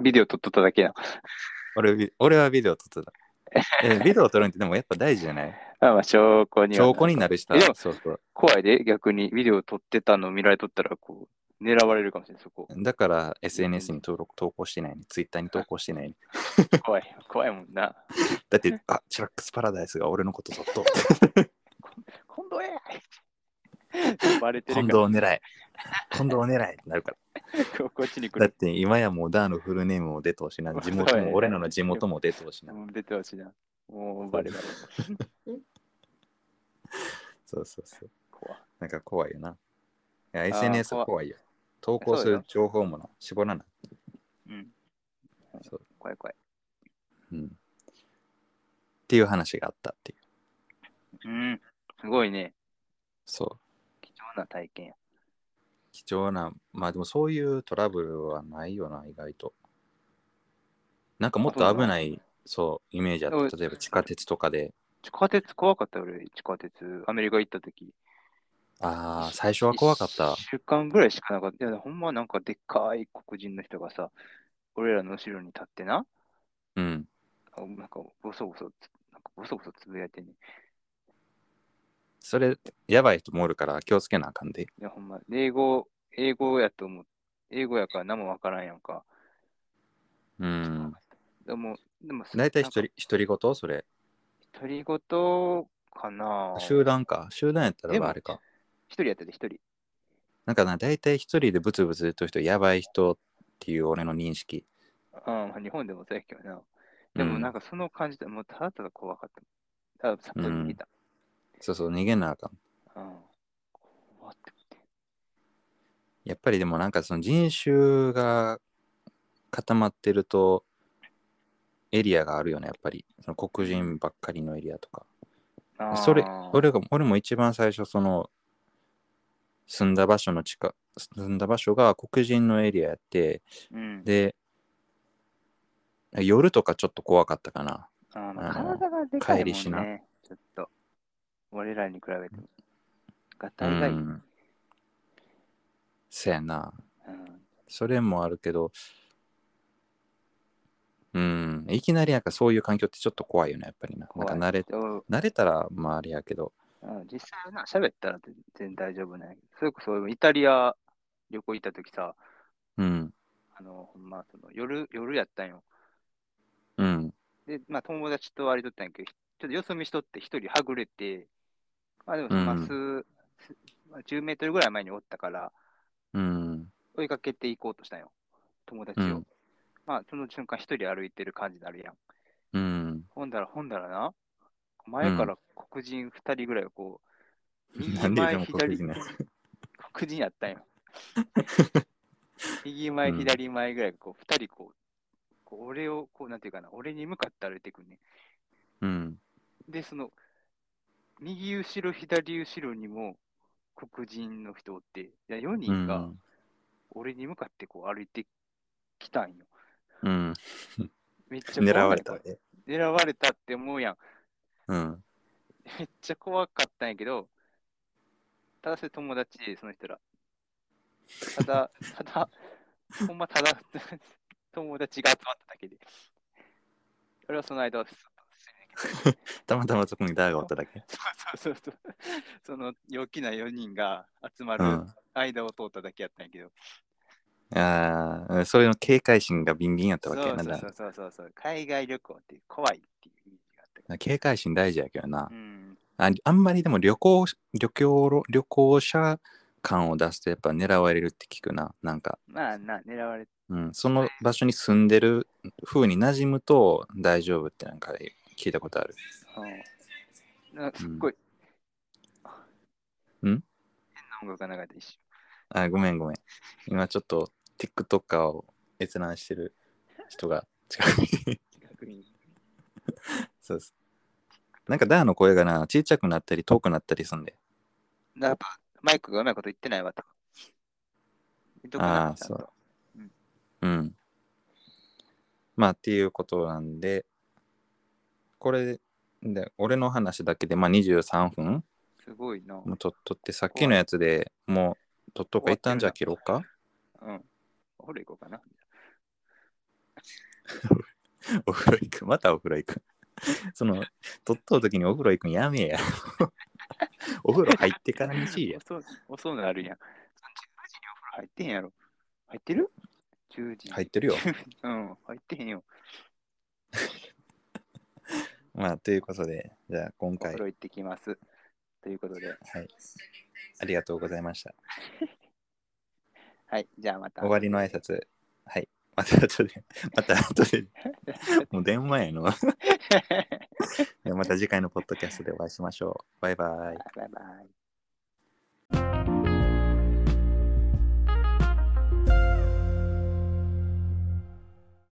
S2: ビデオ撮っとっただけやん。
S1: 俺ビ俺はビデオ撮ってた
S2: [LAUGHS]
S1: えビデオ撮るんってでもやっぱ大事じゃない
S2: あまあ、証拠には
S1: 証拠になるしさ
S2: えでも
S1: そうそう
S2: 怖いで、逆にビデオ撮ってたの見られとったら、こう、狙われるかもしれない、そこ。
S1: だから SNS に登録投稿してないねツイッターに投稿してないね
S2: 怖い、怖いもんな。
S1: だってあチラックスパラダイスが俺のこと撮っとう
S2: 今度やバレて
S1: 近
S2: る
S1: 藤
S2: か
S1: を狙え近藤を狙えってなるから
S2: ら、こっちに [LAUGHS] 来
S1: だっ
S2: る。
S1: て今やもうダーのフルネームも出てほしいな地
S2: [LAUGHS]
S1: 元も俺らの地元も出てほしいな
S2: もう出てほしいな。もうバレバレ。
S1: そうそうそう。
S2: 怖い
S1: なんか怖いよな。いや、
S2: ー
S1: SNS
S2: 怖い
S1: 怖いよ。投稿す
S2: そうよ
S1: る情報もな、絞らない。
S2: うん
S1: そう。
S2: 怖い怖い。
S1: うん。っていう話があったっていう。
S2: うん。すごいね。
S1: そう。
S2: 貴重な体験や。
S1: 貴重な、まあでもそういうトラブルはないよな、意外と。なんかもっと危ない、そう、イメージあ
S2: お
S1: っ
S2: い
S1: た。例えば地下鉄とかで、
S2: 地下鉄怖かったよ俺、地下鉄。アメリカ行った時。
S1: ああ、最初は怖かった
S2: 一。週間ぐらいしかなかった。いや、ほんまなんかでっかい黒人の人がさ、俺らの後ろに立ってな、
S1: うん。
S2: あなんかボソボソつ、なんかボソボソつぶやいてんねん。
S1: それ、やばい人もおるから気をつけなあかんで。
S2: いや、ほんま、英語、英語やと思う。英語やから何もわからんやんか。
S1: うん。
S2: でも、でも、
S1: 大体一
S2: なんか
S1: 人、一人ごとそれ。
S2: 独り言かな
S1: 集団か。集団やったら
S2: でも
S1: ばあれか。
S2: 一人やってて一人。
S1: なんかな、大体一人でブツブツ言っとる人、やばい人っていう俺の認識。
S2: うん、日本でもそうやけどな。でもなん
S1: か、
S2: かその感じで、もうただただ怖かった。あ、さっと逃げた。
S1: そうそう、逃げなあかん。
S2: うん。怖って
S1: やっぱりでもなんかその人種が固まってると、エリアがあるよね、やっぱり。その黒人ばっかりのエリアとか。
S2: あー
S1: それ、俺が、俺も一番最初、その、住んだ場所の近、住んだ場所が黒人のエリアやって、
S2: うん。
S1: で、夜とかちょっと怖かったかな。
S2: あーまあ
S1: あの
S2: 体がでかいもん
S1: 帰
S2: ね。
S1: りしな
S2: ちょっと、俺らに比べても。が
S1: う
S2: たいがいい。うん
S1: ん。そやな。
S2: ちょっ
S1: それもあるけど、うん、いきなりなんかそういう環境ってちょっと怖いよね、やっぱりな。なん
S2: 怖
S1: か
S2: い
S1: 慣れ
S2: そう
S1: 慣れたら、まああれやけど、
S2: うん実際な、喋ったら全然大丈夫なんやけど、それこそイタリア旅行行った時さ、
S1: うん、
S2: あの、ほんまその夜、夜やったんよ。
S1: うん、
S2: で、まあ友達と割りとったんやけど、ちょっとよそ見しとって一人はぐれて、まあでも、まあ
S1: うん
S2: 数、すまあ10メートルぐらい前におったから、
S1: うん、
S2: 追いかけていこうとしたんよ。友達
S1: う
S2: を。
S1: ん、
S2: まあその瞬間一人歩いてる感じになるやん。
S1: うん。
S2: ほんだらほんだらな、前から黒人二人ぐらいがこう、右
S1: なんで
S2: 前
S1: でも黒人ね
S2: 左黒人やったん
S1: [LAUGHS]
S2: よ。右前、
S1: うん
S2: 左前ぐらいがこう、二人こう、こう俺を、こう、なんていうかな、俺に向かって歩いてくんね。
S1: うん、
S2: で、その、右後ろ、左後ろにも黒人の人おって、いや4
S1: う
S2: 人が
S1: ん、
S2: 俺に向かってこう歩いてきたんよ。
S1: うん。
S2: めっちゃ怖
S1: 狙
S2: ない
S1: われた。
S2: 狙われたって思うやん。
S1: うん、
S2: めっちゃ怖かったんやけど、ただそれ友達で、その人ら。ただ、 [LAUGHS] ただ、ほんまただ、 [LAUGHS] 友達が集まっただけで。俺はその間は普通
S1: たまたまそこに台がおっただけ。
S2: そうそうそう。その陽気な4人が集ま
S1: う
S2: る
S1: ん。
S2: 間を通っただけやったんやけど。
S1: ああ、それの警戒心がビンビンやった
S2: そう
S1: わけやな。
S2: そう
S1: だ
S2: そうそうそうそう。海外旅行って怖いっていうイメージがあったか
S1: 警戒心大事やけどな
S2: ら。。うん。
S1: ああんまりでも旅行、旅行、旅行者感を出すとやっぱ狙われるって聞くな。なんか、
S2: まあな、狙われ
S1: うん、その場所に住んでる風に馴染むと大丈夫ってなんか聞いたことある。
S2: うんなんかすっごい。
S1: うん
S2: 変な音楽が流れた一瞬。
S1: あ、ごめんごめん。今ちょっと TikToker を閲覧してる人が近くに。
S2: 近くに。
S1: そうです。なんかダーの声がな、ちっちゃくなったり遠くなったりすんで。
S2: やっぱマイクがうまいこと言ってないわと。どこ
S1: あ
S2: な
S1: あ
S2: んだ
S1: そ
S2: と
S1: ううん。まあっていうことなんで、これで、俺の話だけで、まあ23分
S2: すごいな。
S1: もうとっとって、さっきのやつでもうとっとうか、
S2: 終わっ
S1: 一
S2: てる
S1: 旦
S2: な
S1: じゃあ切ろうか。
S2: うん。お風呂行こうかな。
S1: [LAUGHS] お風呂行く。またお風呂行く。 [LAUGHS] その、とっとう時にお風呂行くんやめえや。 [LAUGHS] お風呂入ってからにしいや。
S2: 遅遅うなるやん。10時にお風呂入ってへんやろ。入ってる ?10 時。
S1: 入って [LAUGHS] るよ。
S2: うん、入ってへんよ。
S1: まあということで、じゃあ今
S2: お
S1: 回
S2: 風、呂行ってきます。ということで、
S1: はい、ありがとうございました。
S2: はい、じゃあまた。
S1: 終わりの挨拶。はい。また後で、また後で、もう電話やの。 [LAUGHS] また次回のポッドキャストでお会いしましょう。バイバイ。
S2: バイバイ。